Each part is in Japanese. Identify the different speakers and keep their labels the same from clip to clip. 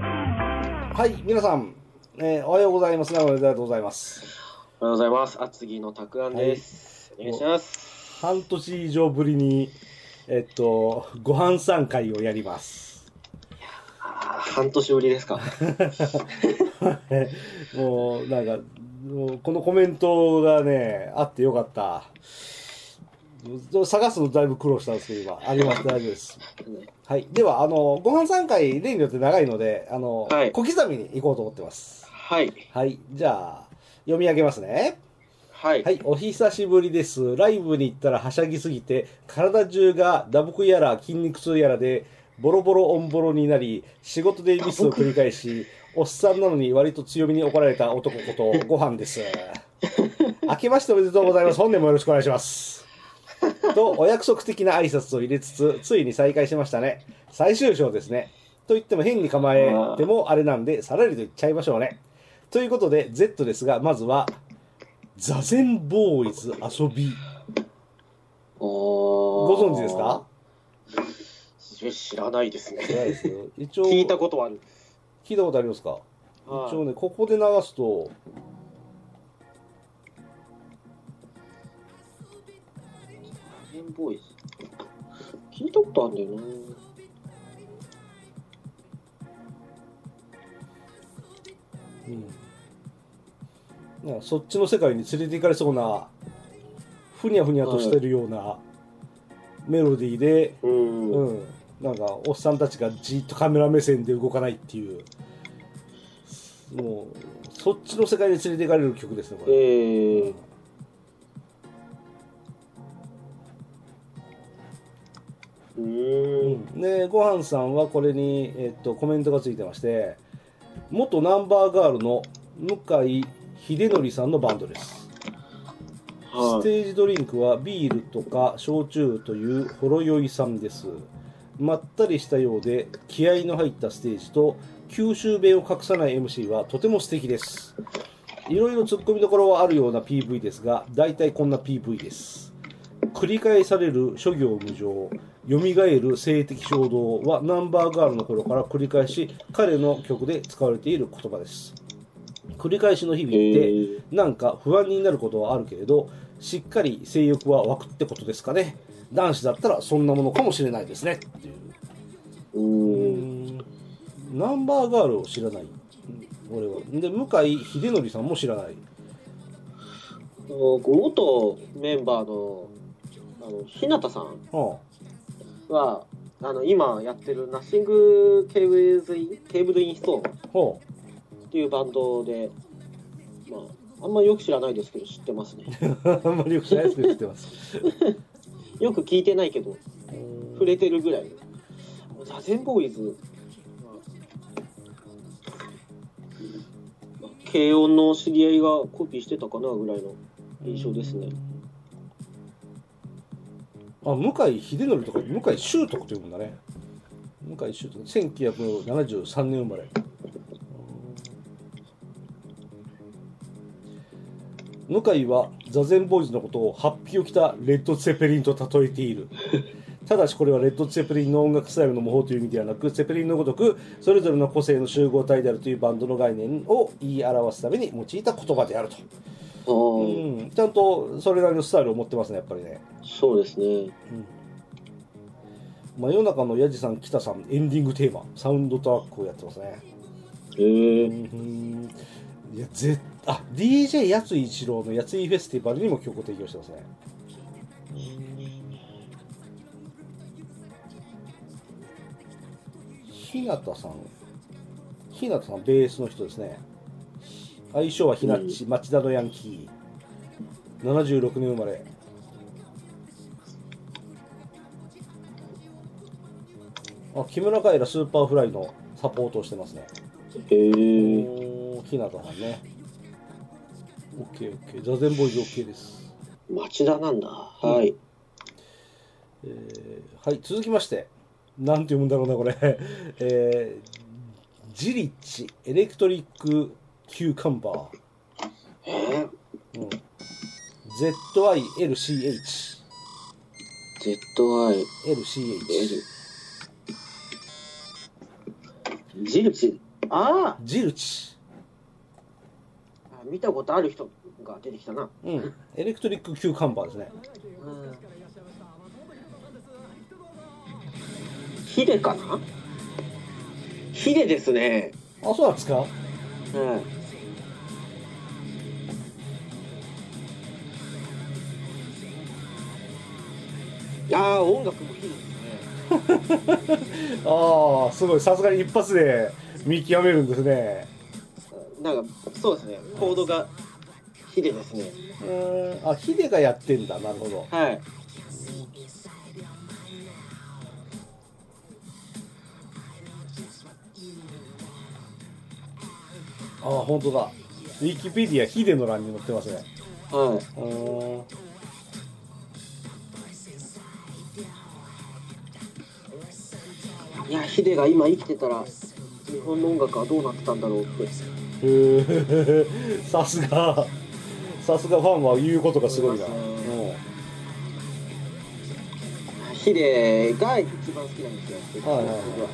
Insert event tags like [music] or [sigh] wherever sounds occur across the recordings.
Speaker 1: はい、皆さん、えーおはようございます。名古屋でありがとうございます。
Speaker 2: おはようございます。厚木のたくあんです。
Speaker 1: い
Speaker 2: お願いします。
Speaker 1: 半年以上ぶりに、えっと、ご飯参会をやります。 [laughs]
Speaker 2: あー半年ぶりですか。
Speaker 1: もう、なんか、もうこのコメントがね、あってよかった。探すのだいぶ苦労したんですけど、今。あります、大丈夫です。はい。では、あの、ご飯参会、例によって長いので、あの、
Speaker 2: はい
Speaker 1: 小刻みに行こうと思ってます。
Speaker 2: はい。
Speaker 1: はい。じゃあ、読み上げますね。
Speaker 2: はい。
Speaker 1: はい、お久しぶりです。ライブに行ったらはしゃぎすぎて、体中が打撲やら筋肉痛やらで、ボロボロオンボロになり、仕事でミスを繰り返し、おっさんなのに割と強めに怒られた男こと、ご飯
Speaker 2: [laughs]
Speaker 1: です。明けましておめでとうございます。本年もよろしくお願いします。と、お約束的な挨拶を入れつつ、ついに再開しましたね。最終章ですね。と言っても変に構えてもあれなんで、さらりと言っちゃいましょうね。ということで、Z ですが、まずは、座禅ボーイズ遊び。
Speaker 2: お
Speaker 1: ご存知ですか
Speaker 2: 知知らないです
Speaker 1: 知らない
Speaker 2: ね。
Speaker 1: ですよ一応、
Speaker 2: 聞いたことはある。
Speaker 1: 聞いたことありますか一応
Speaker 2: は
Speaker 1: ね、ここで流すと、
Speaker 2: い。レインボーイズ聞いたことあるんだよな。
Speaker 1: うん、なんかそっちの世界に連れて行かれそうな、ふにゃふにゃとしてるようなメロディーで、
Speaker 2: うーん。
Speaker 1: うん、なんかおっさんたちがじっとカメラ目線で動かないっていう、もう、そっちの世界に連れて行かれる曲ですね、こ
Speaker 2: え
Speaker 1: れ。
Speaker 2: ー。うーん。
Speaker 1: でごはんさんはこれに、えっと、コメントがついてまして元ナンバーガールの向井秀則さんのバンドです、ス
Speaker 2: はい。
Speaker 1: テージドリンクはビールとか焼酎というほろ酔いさんですまったりしたようで気合の入ったステージと九州弁を隠さない MC はとても素敵ですいろいろツッコミどころはあるような PV ですが大体こんな PV です繰り返される諸行無常蘇る性的衝動はナンバーガールの頃から繰り返し彼の曲で使われている言葉です繰り返しの日々
Speaker 2: え
Speaker 1: って、
Speaker 2: ー。
Speaker 1: なんか不安になることはあるけれど、しっかり性欲は湧くってことですかね。男子だったらそんなものかもしれないですね。っていう
Speaker 2: ー。
Speaker 1: うんナンバーガールを知らない。俺は。で、向井秀則さんも知らない。
Speaker 2: あの元メンバーのあの日向さん
Speaker 1: は
Speaker 2: はあの今やってるナッシングケーブルズインケーブルインストーン
Speaker 1: あ、は
Speaker 2: っていうバンドで、まあ、あんまよく知らないですけど知って
Speaker 1: [laughs]
Speaker 2: ますね
Speaker 1: あ、あんまりよく知らないですけど知ってます。
Speaker 2: よく聞いてないけど触れてるぐらい座禅ボーイズまあ軽音の知り合いがコピーしてたかなぐらいの印象ですね
Speaker 1: あ、向井秀則とか、向井修徳というんだね。向井修徳、1973年生まれ。向井は座禅ボーイズのことを法被を着たレッド・ツェペリンと例えて
Speaker 2: [laughs]
Speaker 1: いるただしこれはレッド・ツェペリンの音楽スタイルの模倣という意味ではなくツェペリンのごとくそれぞれの個性の集合体であるというバンドの概念を言い表すために用いた言葉であると、
Speaker 2: あ
Speaker 1: う
Speaker 2: ー
Speaker 1: ん、ちゃんとそれなりのスタイルを持ってますねやっぱりね
Speaker 2: そうですね
Speaker 1: 真夜中のやじさん、北さん、エンディングテーマ、サウンドトラックをやってますね。
Speaker 2: えー
Speaker 1: いや、ぜあ、DJ やつい一郎のやついフェスティバルにも曲を提供してますね。日向さん、日向さん、ベースの人ですね。相性はひなっち、町田のヤンキー、76年生まれ。あ木村カエラスーパーフライのサポートをしてますね。
Speaker 2: えー、
Speaker 1: おー日向さんね。オッケーオッケー。座禅ボーイズオッケーです。
Speaker 2: 町田なんだ。はい。
Speaker 1: えーはい、続きまして。なんて読むんだろうな、これ。 [laughs] えー、ジリッチ、エレクトリックキューカンバー。
Speaker 2: え
Speaker 1: うん、ZILCH。
Speaker 2: ー、ZI、
Speaker 1: LCH。
Speaker 2: L。ジルチ、あ
Speaker 1: ジルチ。
Speaker 2: あ見たことある人が出てきたな
Speaker 1: うん。エレクトリックキューカンバーですね。
Speaker 2: うんヒデかなヒデですね
Speaker 1: あ、そうなんですか
Speaker 2: うんああ音楽もヒデですね
Speaker 1: ああ、すごい。さすがに一発で見極めるんですね。
Speaker 2: なんかそうですねコードがヒデですね
Speaker 1: うーん。あ、ヒデがやってんだ。なるほど。
Speaker 2: はい
Speaker 1: ああ、本当だ。ウィキペディア、ヒデの欄に載ってますね。
Speaker 2: は
Speaker 1: うーん。
Speaker 2: いいやヒデが今生きてたら日本の音楽はどうなってたんだろうって
Speaker 1: へーさすがさすがファンは言うことがすごいな、う
Speaker 2: そ
Speaker 1: ん
Speaker 2: うですヒデが一番好きなんですよ
Speaker 1: はいはいはい
Speaker 2: 僕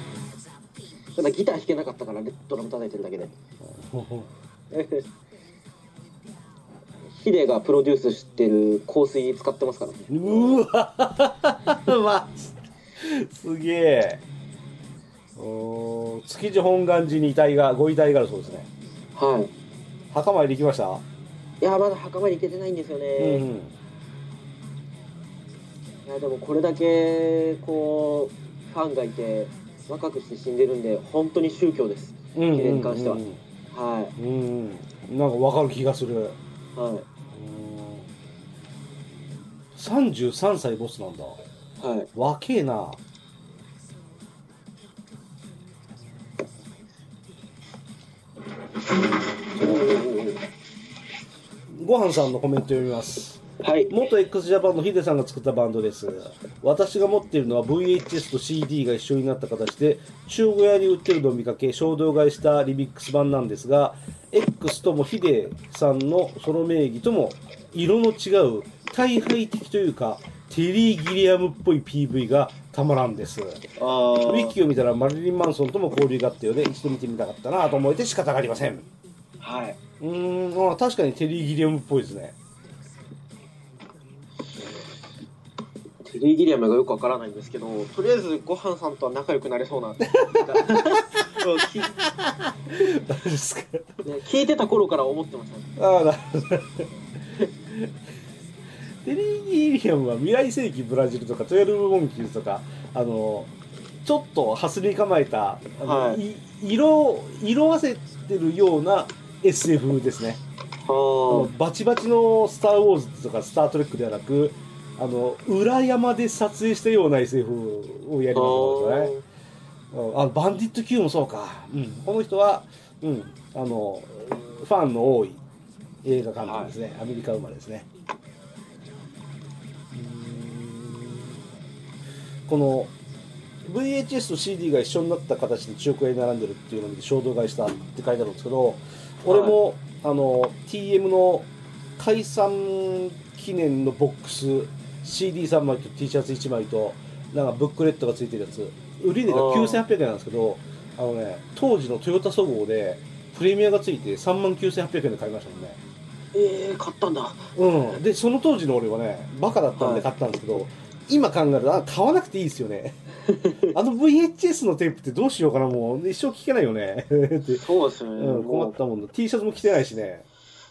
Speaker 2: ただギター弾けなかったからねドラム叩いてるだけで [laughs] ヒデがプロデュースしてる香水使ってますからね
Speaker 1: うーわ [laughs] すげえおー築地本願寺に遺体がご遺体があるそうですね
Speaker 2: はい
Speaker 1: 墓参り行きました、
Speaker 2: いやまだ墓場に行けてないんですよね、
Speaker 1: うん
Speaker 2: い
Speaker 1: うん
Speaker 2: やでもこれだけこうファンがいて若くして死んでるんで本当に宗教です
Speaker 1: うん
Speaker 2: 綺麗に関しては
Speaker 1: うん
Speaker 2: は
Speaker 1: うんうんなんかわかる気がするう
Speaker 2: いはい
Speaker 1: ーん33歳ボスなんだ
Speaker 2: はい
Speaker 1: 若えなごはんさんのコメント読みます
Speaker 2: はい
Speaker 1: 元 x ジャパンのヒデさんが作ったバンドです私が持っているのは VHS と CD が一緒になった形で中古屋に売ってるのを見かけ衝動買いしたリミックス版なんですが X ともヒデさんのその名義とも色の違う大敗的というかテリー・ギリアムっぽい PV がたまらんですウ
Speaker 2: あー
Speaker 1: ィキを見たらマリリン・マンソンとも交流があったようで一度見てみたかったなと思えて仕方がありません
Speaker 2: はいう
Speaker 1: ーんあ確かにテリー・ギリアムっぽいですね
Speaker 2: テリー・ギリアムがよくわからないんですけどとりあえずごはんさんとは仲良くなれそう
Speaker 1: [laughs]
Speaker 2: なそう聞い
Speaker 1: 大丈夫ですか
Speaker 2: ね聞いてた頃から思ってましたね
Speaker 1: ああ、なるほど。テリー・ギリアムは未来世紀ブラジルとか、トゥエルブ・モンキーズとか、あの、ちょっとはすに構えた、あの
Speaker 2: はい
Speaker 1: 色、色あせてるような SF ですね。あの
Speaker 2: は
Speaker 1: バチバチのスター・ウォーズとかスター・トレックではなく、あの、裏山で撮影したような SF をやりますよね。うんあのバンディット級もそうか、うん、この人は、うん、あのファンの多い映画監督ですね、アメリカ生まれですねこの VHS と CD が一緒になった形で中古屋に並んでるっていうのを見て衝動買いしたって書いてあるんですけど俺も、あの TM の解散記念のボックス CD3 枚と T シャツ1枚となんかブックレットが付いてるやつ売り値が
Speaker 2: あー
Speaker 1: 9800円なんですけどあのね当時のトヨタそごうでプレミアが付いて3万9800円で買いましたもんね
Speaker 2: ええー、買ったんだ
Speaker 1: うん、でその当時の俺はねバカだったん
Speaker 2: は
Speaker 1: で
Speaker 2: い
Speaker 1: 買ったんですけど、今考えるとあ買わなくていいですよ
Speaker 2: [laughs]
Speaker 1: ねあの VHS のテープってどうしようかなもう一生聞けないよねって、
Speaker 2: [laughs] そうですね、
Speaker 1: うん、困
Speaker 2: も
Speaker 1: っ
Speaker 2: う
Speaker 1: たもんだ T シャツも着てないしね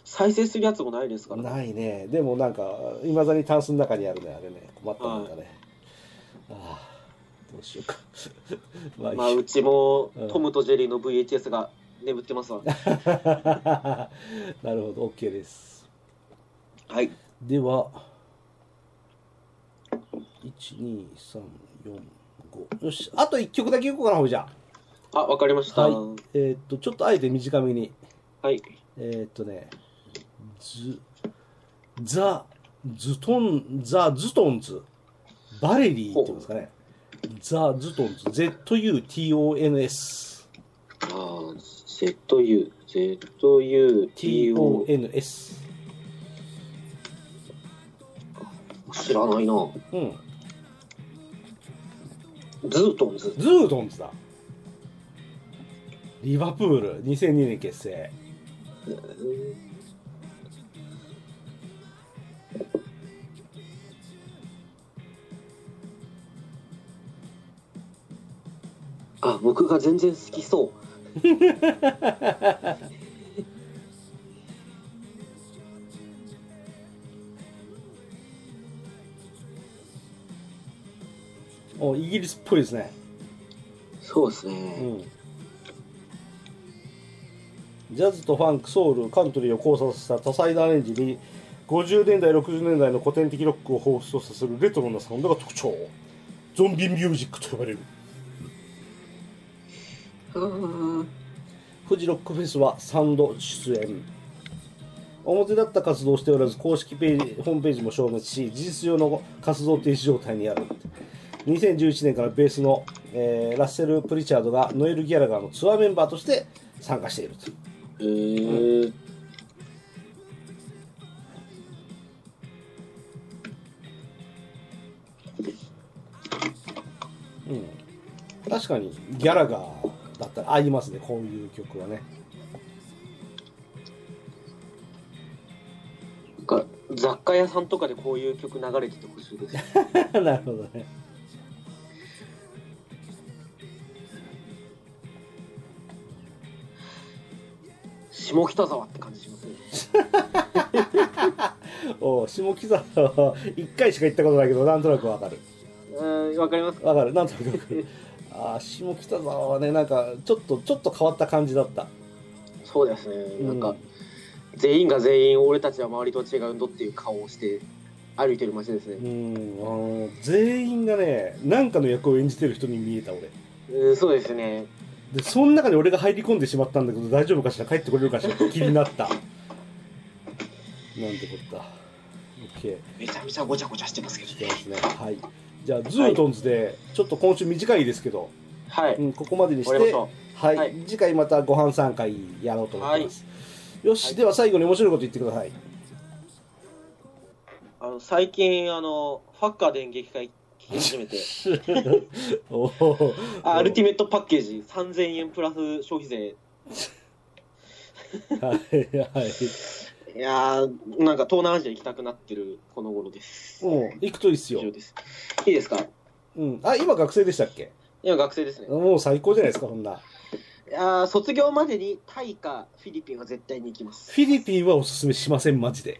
Speaker 2: 再生するやつもないですから
Speaker 1: ないねでもなんかいまだにタンスの中にあるねあれね困ったもんだね、ああどうしようか [laughs] まあいい
Speaker 2: まあうちも
Speaker 1: うん
Speaker 2: トムとジェリーの VHS が眠っ
Speaker 1: [laughs]
Speaker 2: てますわ
Speaker 1: なるほど OK です
Speaker 2: はい
Speaker 1: では12345よしあと1曲だけいこうかなほいじゃ
Speaker 2: あわかりまし
Speaker 1: あ
Speaker 2: た
Speaker 1: は
Speaker 2: はいい、
Speaker 1: えーっとちょっとあえて短めにえーっとねズザズトンザズトンズバレリーって言うんですかねザズトンズ ZUTONS
Speaker 2: あー ZU ZUTO
Speaker 1: TONS
Speaker 2: 知らないな
Speaker 1: うん
Speaker 2: ズートンズ
Speaker 1: ズートンズだ。リバプール2002年結成
Speaker 2: あ僕が全然好きそう
Speaker 1: おイギリスっぽいですね
Speaker 2: そうです
Speaker 1: う
Speaker 2: ね、
Speaker 1: んジャズとファンクソウルカントリーを交差させた多彩なアレンジに50年代60年代の古典的ロックを彷彿とさせるレトロなサウンドが特徴ゾンビミュージックと呼ばれる
Speaker 2: うん、
Speaker 1: フジロックフェスは3度出演表だった活動をしておらず公式ページホームページも消滅し事実上の活動停止状態にある2011年からベースの、えーラッセル・プリチャードがノエル・ギャラガーのツアーメンバーとして参加していると
Speaker 2: えー、
Speaker 1: 確かにギャラガーだったら合いますねこういう曲はね
Speaker 2: なんか雑貨屋さんとかでこういう曲流れててほしい
Speaker 1: [laughs]
Speaker 2: です
Speaker 1: [laughs] なるほどね。
Speaker 2: 下北沢って感じしますね
Speaker 1: [laughs] おう下北沢は1回しか行ったことないけど、なんとなくわかる。
Speaker 2: うんわかりますか
Speaker 1: わかる、なんとなくわかる。 [laughs] あー下北沢はね、なんか、ちょっと、ちょっと変わった感じだった。
Speaker 2: そうですね、なん
Speaker 1: う
Speaker 2: か
Speaker 1: ん
Speaker 2: 全員が全員俺たちは周りと違うんだっていう顔をして歩いてる街です
Speaker 1: う
Speaker 2: ね、
Speaker 1: ん、あの、全員がね、なんかの役を演じてる人に見えた、俺。
Speaker 2: うん、そうですね
Speaker 1: で、その中に俺が入り込んでしまったんだけど、大丈夫かしら帰ってこれるかしら気にな [laughs] った。なんてこった。オッケー。
Speaker 2: めちゃめちゃごちゃごちゃしてますけど
Speaker 1: そうですね。はい。じゃあ、ズートンズで、ちょっと今週短いですけど、
Speaker 2: はい、
Speaker 1: うん、ここまでにし
Speaker 2: 終わりま
Speaker 1: て
Speaker 2: し、ょ
Speaker 1: はい、
Speaker 2: はい
Speaker 1: 次回またご飯3回やろうと思ってます、よし、
Speaker 2: はい
Speaker 1: では最後に面白いこと言ってくださ
Speaker 2: [laughs]
Speaker 1: い、
Speaker 2: うあの最近あのファッカー電撃会聞き始めて
Speaker 1: おお
Speaker 2: あアルティメットパッケージ3000円プラス消費税
Speaker 1: はいはい
Speaker 2: いやーなんか東南アジア行きたくなってるこの頃です
Speaker 1: もう行くといいっす
Speaker 2: 以
Speaker 1: よ
Speaker 2: 上、ですいいですか
Speaker 1: うん、あ今学生でしたっけ
Speaker 2: 今学生ですね
Speaker 1: もう最高じゃないですかこんない
Speaker 2: やー卒業までにタイかフィリピンは絶対に行きます
Speaker 1: フィリピンはおすすめしませんマジで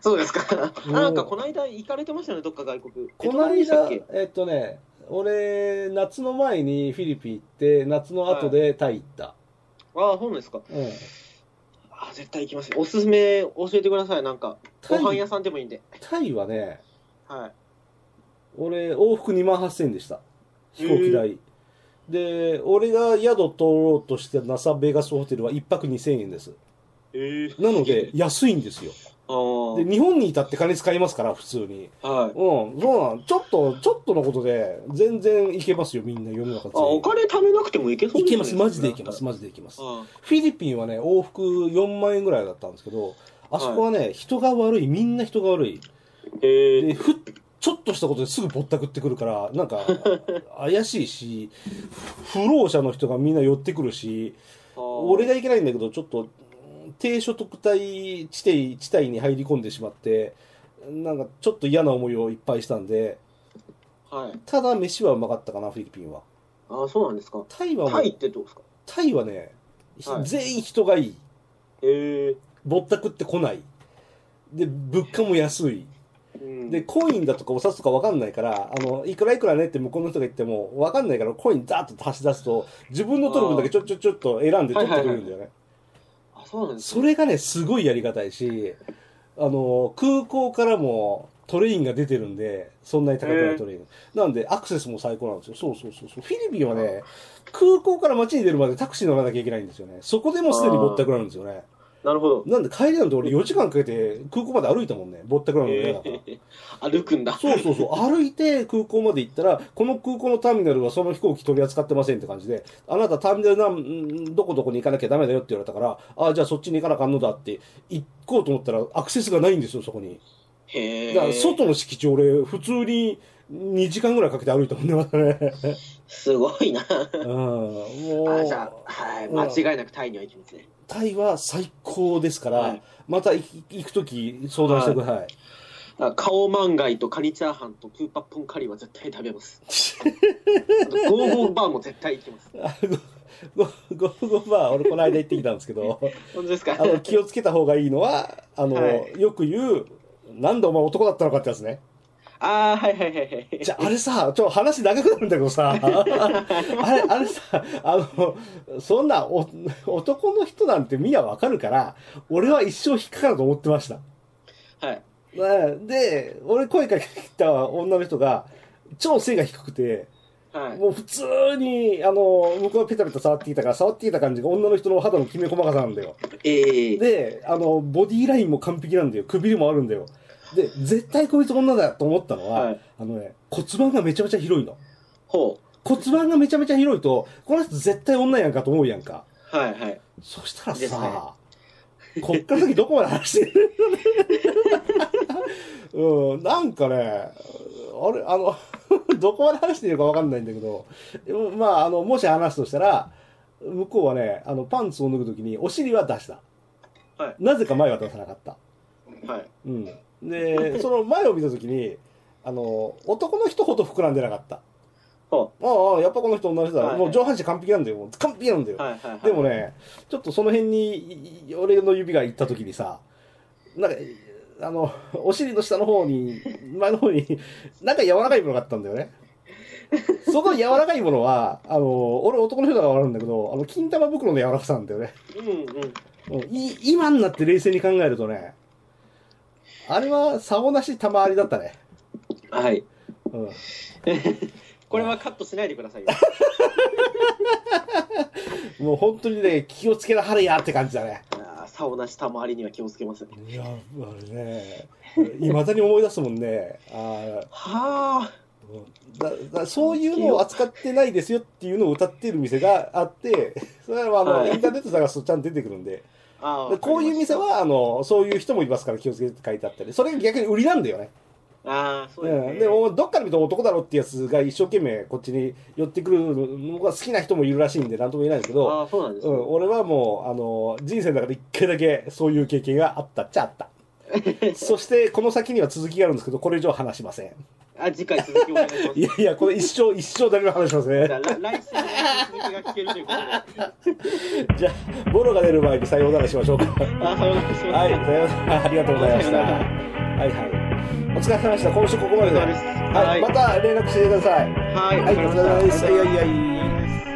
Speaker 2: そうですか。あ
Speaker 1: うん
Speaker 2: なんかこの間行かれてましたよね、どっか外国。
Speaker 1: この
Speaker 2: なでした
Speaker 1: 間
Speaker 2: っけ
Speaker 1: えっとね俺夏の前にフィリピン行って夏の後でタイ行った、
Speaker 2: ああ、そうなんですか。
Speaker 1: うん、
Speaker 2: あー絶対行きます。おすすめ教えてください。なんか、ご飯
Speaker 1: タイ
Speaker 2: 屋さんでもいいんで。
Speaker 1: タイはね
Speaker 2: はい。
Speaker 1: 俺往復2万8000円でした飛行機代で俺が宿取ろうとしてなさベガスホテルは1泊2000円です
Speaker 2: えー
Speaker 1: なので、安いんですよ
Speaker 2: ああ、
Speaker 1: で日本にいたって金使いますから普通に
Speaker 2: はい。
Speaker 1: うんそうなんちょっとちょっとのことで全然いけますよみんな世の中
Speaker 2: あ、お金貯めなくても行けそう
Speaker 1: いけ
Speaker 2: ですね
Speaker 1: ますマジでいけます。マジでいけます
Speaker 2: あ
Speaker 1: フィリピンはね往復4万円ぐらいだったんですけどあそこはね、人が悪いみんな人が悪い
Speaker 2: ーえー
Speaker 1: でふっちょっとしたことですぐぼったくってくるからなん
Speaker 2: [laughs]
Speaker 1: か怪しいし不老者の人がみんな寄ってくるし
Speaker 2: あー
Speaker 1: 俺がいけないんだけどちょっとうん低所得帯地帯地帯に入り込んでしまってなんかちょっと嫌な思いをいっぱいしたんで
Speaker 2: はい。
Speaker 1: ただ飯はうまかったかなフィリピンは
Speaker 2: ああ、そうなんですか。
Speaker 1: タイはもう
Speaker 2: タイってどうですか
Speaker 1: タイはね、ひ
Speaker 2: はい
Speaker 1: 全員人がいい
Speaker 2: ええ
Speaker 1: ぼったくってこないで物価も安い
Speaker 2: うん
Speaker 1: で、コインだとかお札とかわかんないから、あの、いくらいくらねって向こうの人が言っても、わかんないから、コインザーッと足し出すと、自分の取る分だけちょちょちょっと選んで取ってくれるんだよね。
Speaker 2: あ、そうなんです
Speaker 1: そ
Speaker 2: か。
Speaker 1: れがね、すごいやりがたいし、あの、空港からもトレインが出てるんで、そんなに高くないトレイン。なんで、アクセスも最高なんですよ。そうそうそうそう。フィリピンはね、空港から街に出るまでタクシー乗らなきゃいけないんですよね。そこでもうすでにぼったくられるんですよね。
Speaker 2: なるほど。
Speaker 1: なんで帰りなんて俺4時間かけて空港まで歩いたもんね。ぼったくられるの嫌だから。
Speaker 2: えー歩くんだ。
Speaker 1: そうそう
Speaker 2: [laughs]
Speaker 1: そう、歩いて空港まで行ったら、この空港のターミナルはその飛行機取り扱ってませんって感じで、あなたターミナルなんんどこどこに行かなきゃダメだよって言われたから、ああ、じゃあそっちに行かなあかんのだって、行こうと思ったらアクセスがないんですよ、そこに。
Speaker 2: へえ。
Speaker 1: だから外の敷地、俺、普通に2時間ぐらいかけて歩いたもんね、また
Speaker 2: [laughs]
Speaker 1: ね。
Speaker 2: すごいな。
Speaker 1: うん。も
Speaker 2: あ
Speaker 1: う
Speaker 2: じ、ゃあ、はい、間違いなくタイには行きますね。
Speaker 1: タイは最高ですから、
Speaker 2: はい
Speaker 1: また行き行くとき相談してください。
Speaker 2: あカオマンガイとカニチャーハンとプーパッポンカリーは絶対食べます。あとゴーゴーバーも絶対行きます。
Speaker 1: あごごごごまあ俺この間行ってきたんですけど
Speaker 2: 本当ですか
Speaker 1: あの気をつけた方がいいの
Speaker 2: [laughs]
Speaker 1: はあの、
Speaker 2: は
Speaker 1: よく言うなんでお前男だったのかってやつね
Speaker 2: ああ、はいはいはいはい。
Speaker 1: じゃああれさちょっと話長くなるんだけど
Speaker 2: [laughs]
Speaker 1: さあれあれさあのそんなお男の人なんてみんなわかるから俺は一生引っかかると思ってました
Speaker 2: はい。
Speaker 1: で俺声かけてきた女の人が超背が低くて
Speaker 2: はい。
Speaker 1: もう普通にあの向こうがペタペタ触ってきたから触ってきた感じが女の人の肌のきめ細かさなんだよ
Speaker 2: ええ
Speaker 1: で、あの、ボディラインも完璧なんだよ。くびれもあるんだよ。で、絶対こいつ女だと思ったのは、
Speaker 2: はい
Speaker 1: あのね、骨盤がめちゃめちゃ広いの。
Speaker 2: ほ
Speaker 1: 骨盤がめちゃめちゃ広いと、この人絶対女やんかと思うやんか。
Speaker 2: う。はいはい。
Speaker 1: そしたら
Speaker 2: ですね
Speaker 1: さ、こっから先どこまで話してるうん、なんかね、あれ、あの、 [laughs] どこまで話しているかわかんないんだけど、でもまあ、あの、もし話すとしたら、向こうはね、あの、パンツを脱ぐときにお尻は出した。
Speaker 2: はい
Speaker 1: なぜか前は出さなかった。
Speaker 2: はい。
Speaker 1: うん、
Speaker 2: [laughs]
Speaker 1: でその前を見た時にあの男の人ほど膨らんでなかった
Speaker 2: ほ
Speaker 1: ああやっぱこの人同じだ、
Speaker 2: はいはい
Speaker 1: もう上半身完璧なんだよもう完璧なんだよ、
Speaker 2: う。はいはいは
Speaker 1: [laughs]
Speaker 2: い。
Speaker 1: でもねちょっとその辺にいい俺の指が行った時にさなんかあのお尻の下の方に前の方になんか柔らかいものがあったんだよねその柔らかいものはあの俺男の人だから分かるんだけどあの金玉袋の柔らかさなんだよね
Speaker 2: うんうん。
Speaker 1: うんい今になって冷静に考えるとね、あれは竿なし玉ありだったね。
Speaker 2: はい。
Speaker 1: うん、
Speaker 2: これはカットしないでくださいよ。
Speaker 1: もう本当にね、気をつけなはれやって感じだね。
Speaker 2: ああ、サオナシ玉ありには気をつけますね。
Speaker 1: いや、あれね、いまだに思い出すもんね。あ
Speaker 2: はあ。
Speaker 1: ーだだそういうのを扱ってないですよっていうのを歌っている店があ
Speaker 2: [laughs]
Speaker 1: って、それはあの、
Speaker 2: はい
Speaker 1: インターネット探すとちゃんと出てくるんで、
Speaker 2: ああ
Speaker 1: でこういう店。
Speaker 2: わか
Speaker 1: はあのそういう人もいますから気をつけてって書いてあったり、それが逆に売りなんだよね。
Speaker 2: りましたああ、そうです
Speaker 1: うん
Speaker 2: ね。
Speaker 1: でもどっから見ても男だろってやつが一生懸命こっちに寄ってくるのが好きな人もいるらしいんで何とも言えないんですけど、
Speaker 2: ああ、そうなんです
Speaker 1: う
Speaker 2: ね。
Speaker 1: ん、俺はもうあの人生の中で一回だけそういう経験があったっちゃあった
Speaker 2: [laughs]
Speaker 1: そしてこの先には続きがあるんですけどこれ以上話しません
Speaker 2: あ、次回続きお願いします
Speaker 1: い。やいやこれ一生一生誰も話しません
Speaker 2: じゃあ、ら来週の続きが聞けるということで。あ
Speaker 1: [laughs] じゃあボロが出る前にさようならしましょう
Speaker 2: [laughs]
Speaker 1: かはい
Speaker 2: あ、さようならします。
Speaker 1: さようならありがとうございました
Speaker 2: [laughs] さよ
Speaker 1: は
Speaker 2: うな
Speaker 1: は
Speaker 2: い
Speaker 1: いお疲れ様でした今週ここまでで、
Speaker 2: お疲れ様です
Speaker 1: は、
Speaker 2: はいい
Speaker 1: また連絡してください
Speaker 2: はい、
Speaker 1: はいお疲れ様です
Speaker 2: ありがとうござ
Speaker 1: はいはい
Speaker 2: ます